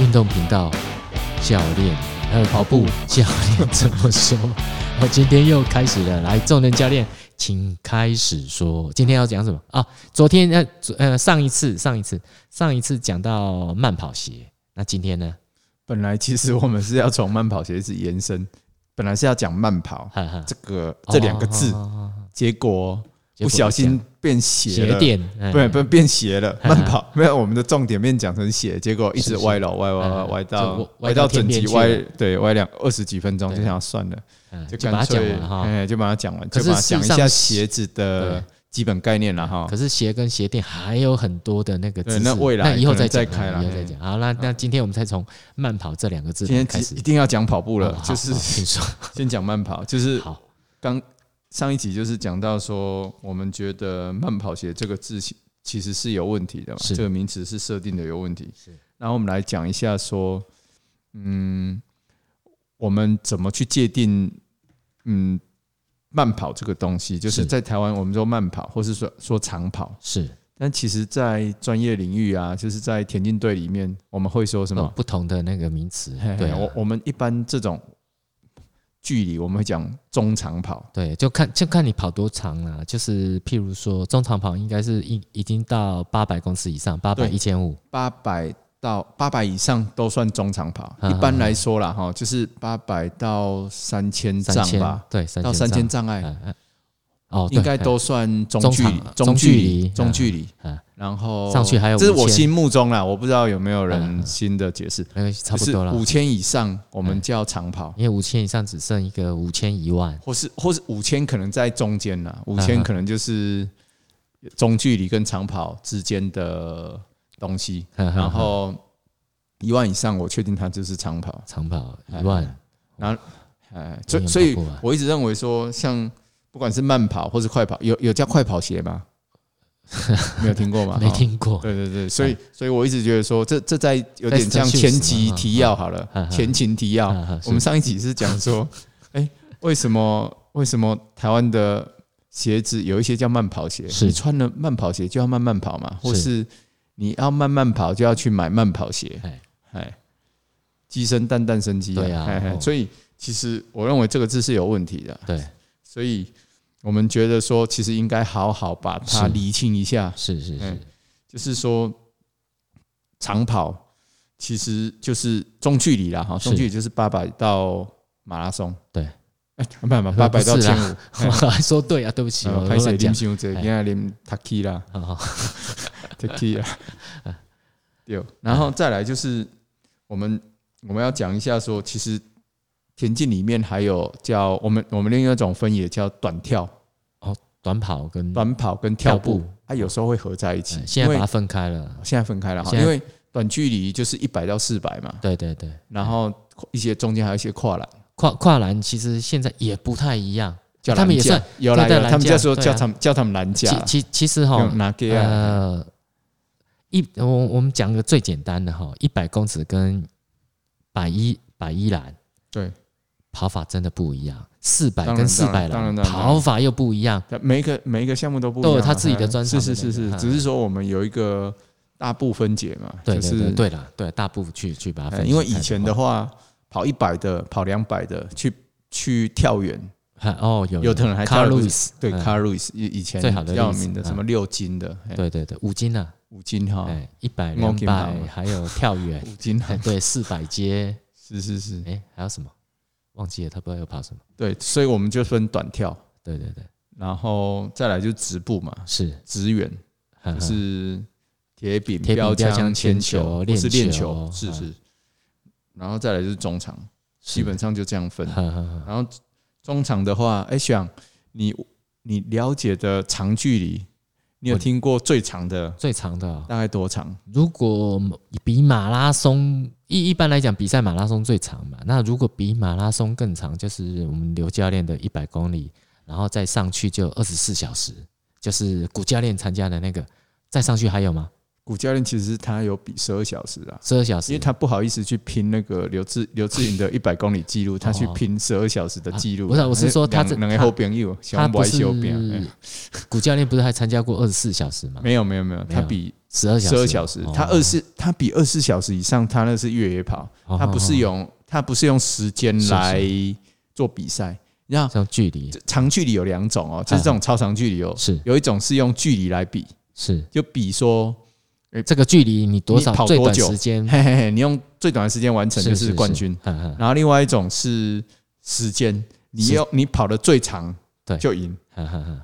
运动频道教练，还有跑步教练怎么说？ 我今天又开始了，来，众人教练，请开始说，今天要讲什么啊？昨天呃昨呃上一次上一次上一次讲到慢跑鞋，那今天呢？本来其实我们是要从慢跑鞋子延伸，本来是要讲慢跑哈哈，这个这两个字，哦哦哦哦结果结不果小心变讲斜鞋了。垫，哎不不变斜了，嗯慢跑没有，我们的重点变讲成斜，结果一直是是歪了，歪歪歪嗯歪就到歪歪到到天整边集去歪了，对，歪两二十几分钟，对就想要算了，嗯就把干它讲脆完了哈。哎，就把它讲完，可就是把它事讲一实上下是鞋子的对基本概念了哈可。是鞋跟鞋垫还有很多的那个知识，对那未来那以后再讲可能再开啊啦以后再讲。好，那那今天我们再从慢跑这两个字今天开始一，定要讲跑步哦了，好就是好请说，先讲慢跑，就是好，刚上一集就是讲到说，我们觉得慢跑鞋这个字其其实是有问题的嘛，是这个名词是设定的有问题是。然后我们来讲一下说，嗯，我们怎么去界定，嗯，慢跑这个东西，就是是在台湾我们说慢跑，或是说说长跑，是但其实，在专业领域啊，就是在田径队里面，我们会说什哦么？不同的那个名词嘿嘿，对啊我我们一般这种距离，我们会讲中长跑。对，就看就看你跑多长啦、就是譬如说中长跑应该是已已经到八百公尺以上，八百对一千五，八百到八百以上都算中 长跑。嗯一般来说啦，哈，就是八百到三千三障千吧，对，三到三千障碍嗯嗯哦，对应该都算中距离中长中距离、中中距距离嗯。然后上去还有这是我5000心目中啦，我不知道有没有嗯嗯嗯人新的解释。那个差不多了，哎五千以上我们叫长跑，因为五千以上只剩一个五千一万， 或是或是五千可能在中间啦，五嗯嗯千可能就是中距离跟长跑之间的东西。然然后一万以上，我确定它就是长跑。长跑一万，哎，所你以有所以跑啊过吗我一直认为说，像不管是慢跑或是快跑，有有叫快跑 鞋吗？没有听过吗？没哈。听过，对对对，所以所以我一直觉得说，这这在有点 Fast 像 shoes 前集嘛提要好了嗯嗯，前情提要嗯嗯。是我们上一集是 讲说，哎，为什么为什么台湾的鞋子有一些叫慢跑鞋？是你穿了慢跑鞋就要慢慢跑嘛，或是是你要慢慢跑就要去买慢跑鞋哎？哎，鸡生蛋，蛋生鸡对啊哎哎哦所以其实我认为这个字是有问题的，对，所以我们觉得说，其实应该好好把它是厘清一下，是是是嗯，就是说长跑其实就是中距离啦，哈，是中距离就是八百到马拉松，对哎，不不八百到不是千啦五，我还 说对啊，对不起，我哎呃拍谁乱啉讲，伤济，哎今仔啉 taki 啦好好，taki 啦，对，然后再来就是我们我们要讲一下说，其实田径里面还有叫我们我们另外一种分野叫短跳、短跑跟短跑跟跳步，，它有时候会合在一起哎，嗯现因在把它为分开了，现在分开了哈，现在因为短距离就是一百到四百嘛，对对对。然后一些中间还有一些跨栏，跨跨栏其实现在也不太一样，叫他们栏也架算有啦，对有对啦他们栏架叫说对啊叫他们叫他们栏架其啦，其其实哈，用拿给啊，呃，一我我们讲个最简单的哈，一百公尺跟百一百一栏对，跑法真的不一样，四百当然跟四百当栏然当然跑法又不一样，但每一个每一个项目都不一样都啊有他自己的专长的是是是那是，个嗯只是说我们有一个大部分解嘛，对就对对是对啦，对大部分去去把它呃分，因为以前的，话，跑一百的、跑两百的，去去跳远， 哦有有的人还 Carl 跳得不 Lewis 对嗯 c a r l u i s 以以前最好的比较有例子名的嗯什么六金的，哎对对对五金啊，五金哈，哎一百我两给百你嘛还有跳 远，五金哈哎，对四百接，是是是，哎还有什么忘记了，他不知道有跑什么，对，所以我们就分短跳，对对对然后再来就直步嘛，是，直远呵呵就是铁饼、铁饼标标枪、枪铅铅球或是链练球球，是嗯是。然后再来就是中场，是嗯基本上就这样分。呵呵呵然后中场的话，哎，想你你了解的长距离，你有我听过最长的最长的哦、大概多长？如果比马拉松一一般来讲，比赛马拉松最长嘛。那如果比马拉松更长，就是我们刘教练的一百公里，然后再上去就二十四小时，就是古教练参加的那个。再上去还有吗？古教练其实他有比十二小时啊，十二小时，因为他不好意思去拼那个刘志刘志颖的一百公里记 录，他去拼十二小时的记录、啊不是啊我是说他这两个后边有，他不不爱是修边，哎 古教练不是还参加过二十四小时吗？没有没有没有，没他有比十二小十时，二小时哦，他二四他比二四小时以上，他那是越野跑，哦他不是用他不是用时间是是来做比赛，然后像距离长距离有两种哦，就是这种超长距离哦，是有一种是用距离来比，是就比说这个距离你多少你跑最多短久时间嘿嘿嘿，你用最短的时间完成就是冠军，，嗯嗯然后另外一种是时间，你是要你跑的最长，对就赢，嗯嗯嗯，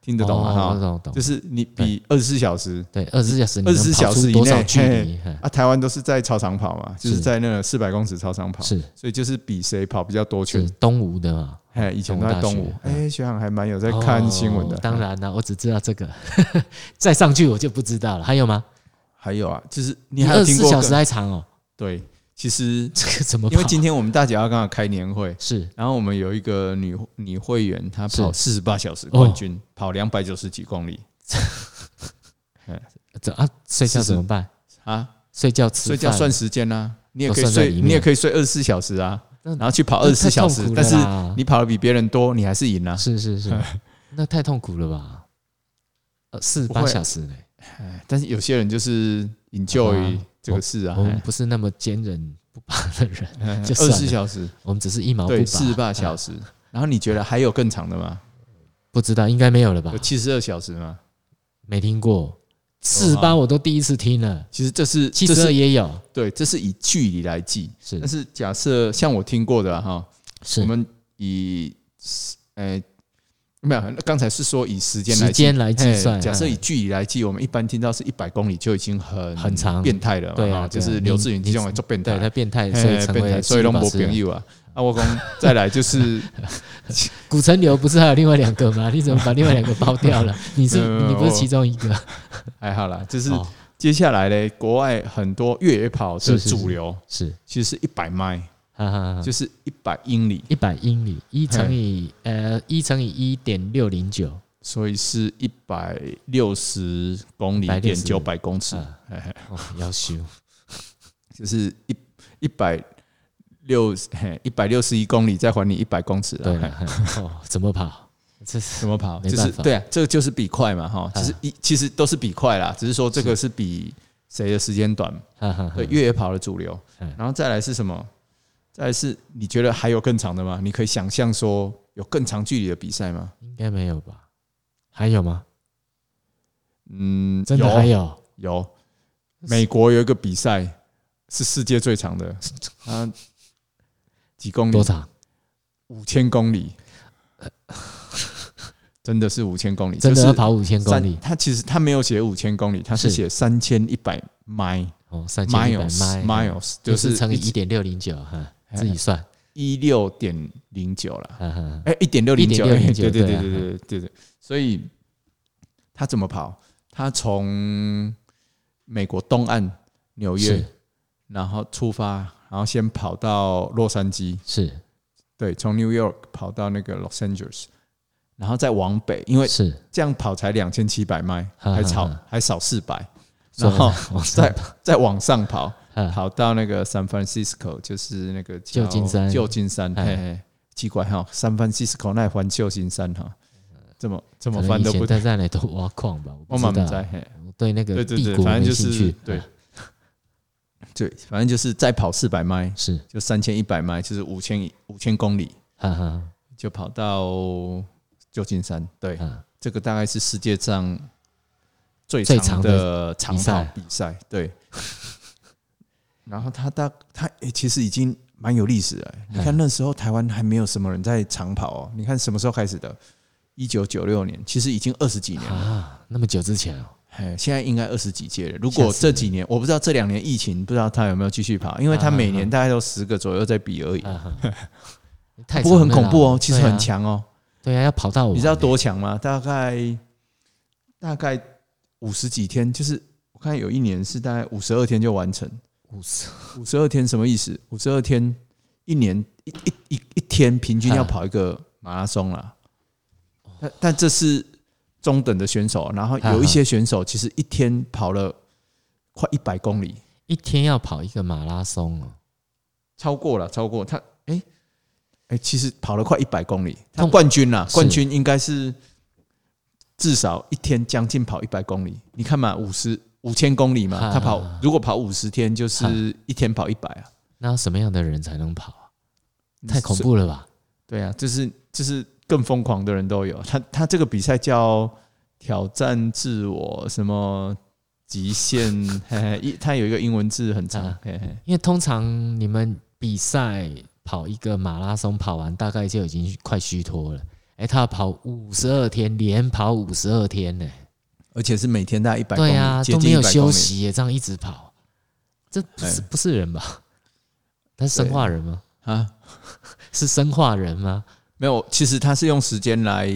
听得懂吗？啊哦我哈，懂懂就，是你比二十四小时对，二十四小时， 24小时以内多少距嘿离？嗯啊，台湾都是在操场跑嘛，就是是在那个四百公尺操场跑，是所以就是比谁跑比较多圈是。东吴的嘛？哎，以前都在东东吴吴，大学嗯哎，学长还蛮有在看新闻的。嗯哦当，然啦，我只知道这个， 再上去我就不知道了。还有吗？还有啊，就是你你还二有十听四过小时更还长哦，对，其实这个怎么跑？因为今天我们大家要刚好开年会，是然后我们有一个女女会员，她是跑四十八小时哦冠军，跑两百九十几公里这啊，睡觉是是怎么办？啊，睡觉吃睡觉饭算时间啊，你也都可以算在睡，里你也面可以睡二十四小时啊，那然后去跑那二十四太小痛时苦，但了是啦你跑的比别人多，你还是赢啊。是是 是，那太痛苦了吧？呃，四不八会小时呢？哎但是有些人就是好 enjoy 吧这个事啊我，们不是那么坚韧不拔的人，二哦就十算了四小时，我们只是一毛不啊拔。对，四十八小时时。然后你觉得还有更长的吗？不知道应该没有了吧有？七十二小时吗？没听啊过，四十八我都第一次听了，其实这是七这十二是也有，对，这是以距离来计。是但是假设像我听过的啊哈、是我们以呃没有，刚才是说以时间时来计间来计嘿算。假设嗯以距离来计，我们一般听到是一百公里就已经很很长变态了嘛，对啊哈对就啊是你刘志云你这种人做变态对，他变态，嘿所以成变态，为所以纪都录保没持人朋友啊。啊，我讲再 来就是，古城流不是还有另外两个吗？你怎么把另外两个包掉了？你 是嗯你不是我其中一个？还哎好啦，就是哦接下来嘞，国外很多越野跑是的是是嗯主流是，其实是一百迈，哈哈哈。就是一百英里，一百英里，一乘以呃一乘以一点六零九，所以是一百六十公里160点九百公尺，啊哦，要修 就是一一百六一百六十一公里，再还你一百公尺啊。对嘿了，嘿哦，怎么跑？这是 怎么跑？没就办法是对啊，这个就是比快嘛，哈，啊其实一其实都是比快啦，只是说这个是比谁的时间短，哈哈哈对，越野跑的主流嗯。然后再来是什么？再来是你觉得还有更长的吗？你可以想象说有更长距离的比赛吗？应该没有吧？还有吗？嗯，真的还有？有有，美国有一个比赛是世界最长的，啊，几公里多？长？五千公 里，真的是五千公里，真的就是要跑五千公里三？他其实他没有写五千公里，他是是写三千一百 mile 哦，三千一百 miles mile， miles，就就是是哎乘以一点六零九哈，自己算，一六点零九啦，哈哈哈哎，一点六零九， 1.609哎对对对对啊对对对对，所以他怎么跑？他从美国东岸纽约是，然后出发，然后先跑到洛杉矶，是对，从 New York 跑到那个 Los Angeles，然后再往北，因为是，这样跑才两千七百迈，哈哈还少哈还少四百，所以然后往上 再再往上跑，啊跑到那个 San Francisco，就是那个叫旧金山旧金山，哎嘿嘿，奇怪哈，San Francisco 那环旧金山哈，怎么怎嗯可么能翻以都不前，在在哪都挖矿吧？我我满不不知在，道，嘿，我对那个对对帝对，国反没正就兴趣是。对， 对，反正就是再跑四百迈，是，就三千一百迈，就是五千五千公里，哈哈就跑到旧金山，对，哈，这个大概是世界上最最长长的长比跑赛比赛，对。 然后他大他、诶其实已经蛮有历史了、哎你看那时候台湾还没有什么人在长跑哦，你看什么时候开始的？一九九六年，其实已经二十几年了。啊，那么久之前哦，哎，现在应该二十几届了。如吓果死人这几年，我不知道这两年疫情，不知道他有没有继续跑，因为他啊每啊年大概都十个左右在比而已。啊哈，太不过长了很恐怖啦啊哦，其实很。强哦。对啊对啊，要跑到我，你知道多强吗？大概大概五十几天，就是我看有一年是大概五十二天就完成。五十五十二天什么意思？五十二天，一年一一一一天平均要跑一个马拉松啦。但但这是中等的选手，然后有一些选手其实一天跑了快一百公里，一天要跑一个马拉松哦，超过了，超过他，哎、哎、其实跑了快一百公里，他痛冠军啦，是冠军应该是至少一天将近跑一百公里。你看嘛，五十五千公里嘛，啊他跑如果跑五十天，就是一天跑一百啊，那什么样的人才能跑啊？你太恐是。怖了吧！对啊，就是就是更疯狂的人都有。啊他他这个比赛叫挑战自我什么极 限，嘿嘿，一他有一个英文字很长，啊嘿嘿，因为通常你们比赛跑一个马拉松，跑完大概就已经快虚脱了。哎、他要跑五十二天，连跑五十二天呢、而且是每天大概一百公里，对啊，接都近没一有百休公里。哎息耶，这样一直跑，这不是、不是人 吧？他是生化人吗？啊， 是生化人吗？没有，其实他是用时间来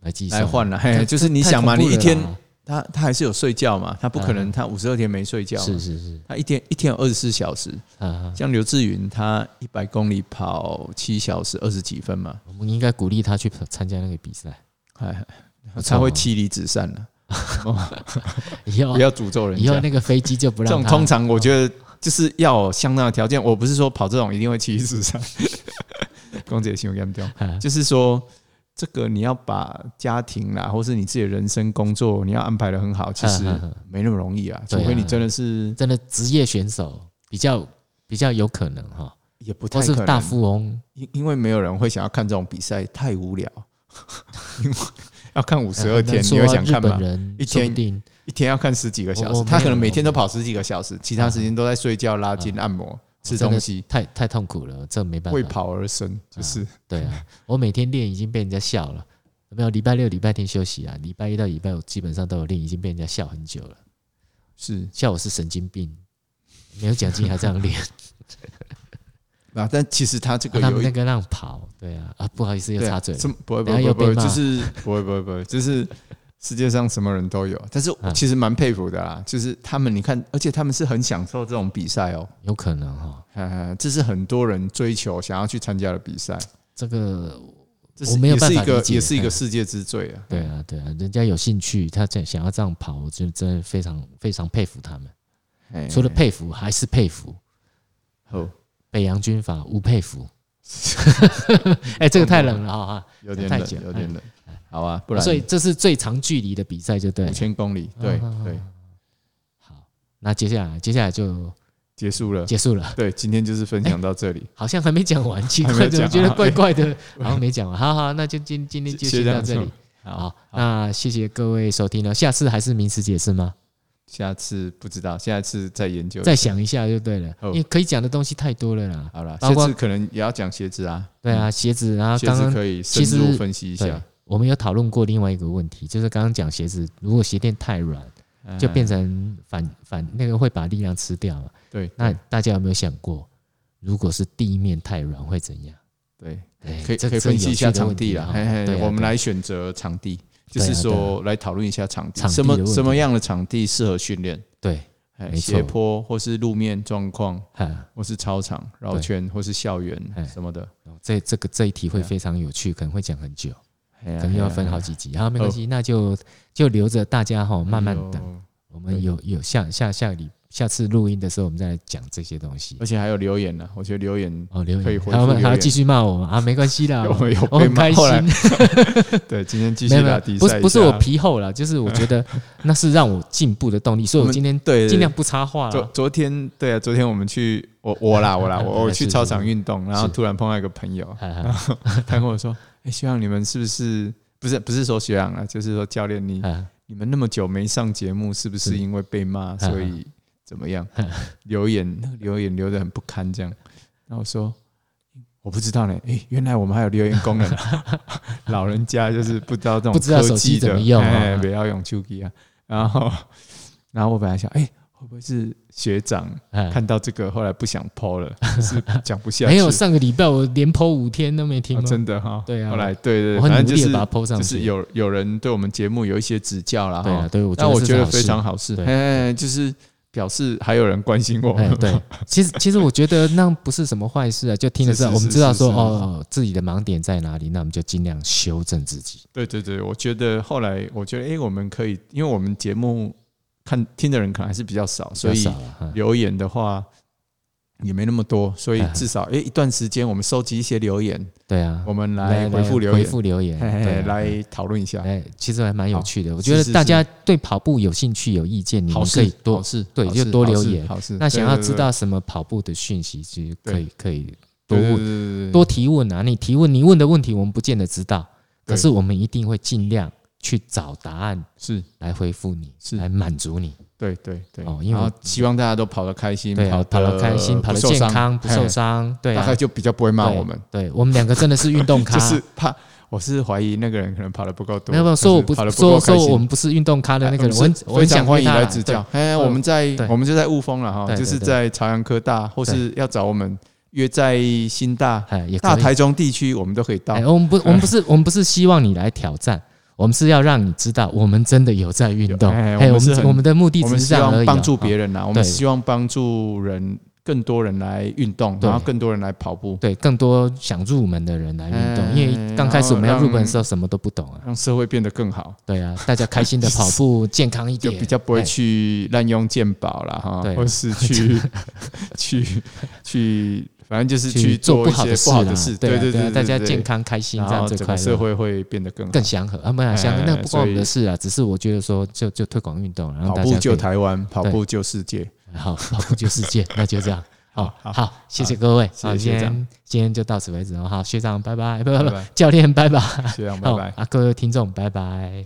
来计算来换了，这嘿，就是你太想嘛，恐你怖一了天啦他他还是有睡觉嘛，他不可能嗯他五十二天没睡觉嘛，是是是他一天一天有二十四小时，啊啊，像刘志云他一百公里跑七小时二十几分嘛，我们应该鼓励他去参加那个比赛。哎，不错他会哦妻离子散了。以后不要诅咒人哦以后家。那个飞机就不这让他种哦通常我觉得就是要有相当的条件。我不是说跑这种一定会骑 自杀，公姐心有严重，啊就是说这个你要把家庭啦，或是你自己的人生、工作，你要安排的很好，其实嗯嗯嗯没那么容易啊。除对啊非你真的是真的职业选手比较比较有可能哈，也不太或是可能大富翁，因因为没有人会想要看这种比赛，太无聊。 因为要看五十二天，你哎呃说会想日看吗本？人一说天不定一天要看十几个小我时，我他没有可能每天都我没跑十几个小时，其他时间都在睡觉、拉筋、按摩、吃真的东西。太太痛苦了，这没办为法。跑而生，就是、对啊，我每天练已经被人家笑了。没有，礼拜六、礼拜天休息啊，礼拜一到礼拜五基本上都有练，已经被人家笑很久了，是笑我是神经病，没有奖金还这样练，啊。但其实他这啊个他 有们一、那个让跑，对啊，啊，不好意思又对啊插嘴了这，么不会不等下会又不会，被骂就是不会不会不会，就是世界上什么人都有。但是我嗯其实蛮佩服的啦，就是他们你看，而且他们是很享受这种比赛哦。有可能哈，呃，这是很多人追求想要去参加的比赛，这个这是我没有也是一办法理个解也是一个嗯世界之最啊。对啊对啊，人家有兴趣，他想想要这样跑，我就真的非常非常佩服他们。哎，除了佩服还是佩服，哦，北洋军阀无佩 服。哎、这个太冷了哈、有点太冷，久有点冷。好啊，不哈然所以这是最长距离的比赛，就对啊五了。千公里，对对，好，那接下来接下来就结束了。结束了，对，今天就是分享到这里。好像还没讲 完，奇还没怪的，讲我觉得啊怪怪 的，好像没讲完。好好，那就今今天就先先这到样这子里。好，好，那谢谢各位收听哦了。下次还是名词解释吗？下次不知道，下次再研究一下。再想一下就对了，好因为可以讲的东西太多了啦。好了，包下括次可能也要讲鞋子啊，对啊，鞋子，然后鞋刚子刚可以深其实入分析一对，下，我们有讨论过另外一个问题，就是刚刚讲鞋子，如果鞋垫太软，就变成成反反那个会把力量吃掉嘛。对那大家有没有想过，如果是地面太软会怎样？对，对，哎哎可以这可以分析一下场地了啦。。嘿嘿对啊我们对啊来选择场地，就对啊是说来讨论一下场地，场地什的么问题什么样的场地适合训练？对，哎没错斜坡或是路面状况，哈，或是操场绕圈，或是校哎园什么的，这这个这一题会对啊非常有趣，可能会讲很久，可可能又要分好几哎集。好，没哦关系，那就就留着大家哈，慢慢等。等。我们有有下下下礼下次录音的时候，我们再来讲这些东西而。且还有留言呢，啊我觉得留言哦，留可以言，回复他们还要留言继续骂我们 啊，没关系啦，有有我被很骂，开后来心。 对今天继没续有没打有比，赛不是一下，不是我皮厚了，就是我觉 得那是让我进步的动力，所以我今天对对尽量不插话昨了。昨天对啊，昨天我们去我我 啦我啦我我是去是操是场运动，然后是突然碰到一个朋友，哎哎他跟我说：“ 哎、学长，你们是不是不是不是说学长啊，就是说教练你哎你们那么久没上节目，是不是是因为被骂，所以怎么样？留言那个留言留的很不堪这样。”然后我说：“我不知道呢，哎、原来我们还有留言功 能、啊，老人家就是不知道这种不知道科手技机的，怎么用啊哎不要用手机啊。”然后然后我本来想，哎、会不会是学长哎看到这个，后来不想 PO 了，就是讲不下去。没有上个礼拜我连剖五天都没听啊吗？真的哈，对啊后来对对，我很反正努就力是地把它 po 上就去是有有人对我们节目有一些指教啦，对啊，哈，对，我但我觉是得好事非常好事，对哎，就是表示还有人关心我哎们， 对，其实其实我觉得那不是什么坏事啊，就听的时候是是我们知道是是说是哦自己的盲点在哪里，那我们就尽量修正自己。对对对，我觉得后来我觉得哎，我们可以，因为我们节目看听的人可能还是比较少，所比以较少了。嗯留言的话也没那么多，所以嗯至少诶、一段时间我们收集一些留言，对啊，我们来回复留回言，复留言，嘿嘿对啊来讨论一下。哎，其实还蛮有趣的。我觉是得是大家对跑步有兴趣、有意见，你好们事可以多好事对好就事多好留事言好事。那想要知对道什么跑步的讯息，其实可以可以多对对对问对对对对多提问啊。你提问，你问的问题我们不见得知道，可是我们一定会尽量去找答案是，来回复你，是来满足你。对对对。哦因为然后我希望大家都跑得开心，对啊，跑得得开心，跑得不受健伤康，不嘿受伤。对大啊概，就比较不会骂我们，对我们两个真的是运动咖 就。是怕我是怀疑那个人可能跑得不够多，没有没有，说我还是不跑得不说够开说我心。们不是运动咖的那个人，哎我很我我们很是非想常欢回迎答来啦指对教。哎，我们在对我们就在雾峰了哈，对对就是在朝阳科大，或是要找我们约在新大、哎，也可大以台中地区，我们都可以到哎，。我 们不，我们不是，我们不是希望你来挑战，我们是要让你知道，我们真的有在运动。有哎哎，我们我是们很我们的目的我只们是希这样而已。望啊帮助别人，人啦，我们对希望帮助人更多人来运动，对然后更多人来跑步，对，更多想入门的人来运动，哎因为刚开始我们要入门的时候什么都不懂啊。让社会变得更好，对啊，大家开心的跑步，健康一就点，比较不会哎。去滥用健保啦，哈，对或是 去去去，反正就是去做做一不些好的事好啦的事，对对啊对啊，大家对健康开心，然这样后最整快个乐。社会会变得更好更。祥和啊，没有祥和，哎那不关我们所以的事啊。只是我觉得说，就就推广运动，然后跑大步家救可以台湾，跑步救 世界。好，跑步就世界，那就这样。好好好，谢谢各位，谢谢好，今学天今天就到此为止哦。好，学长拜拜，不不拜不拜，教练拜拜，这样，拜好拜。啊，各位听众拜拜。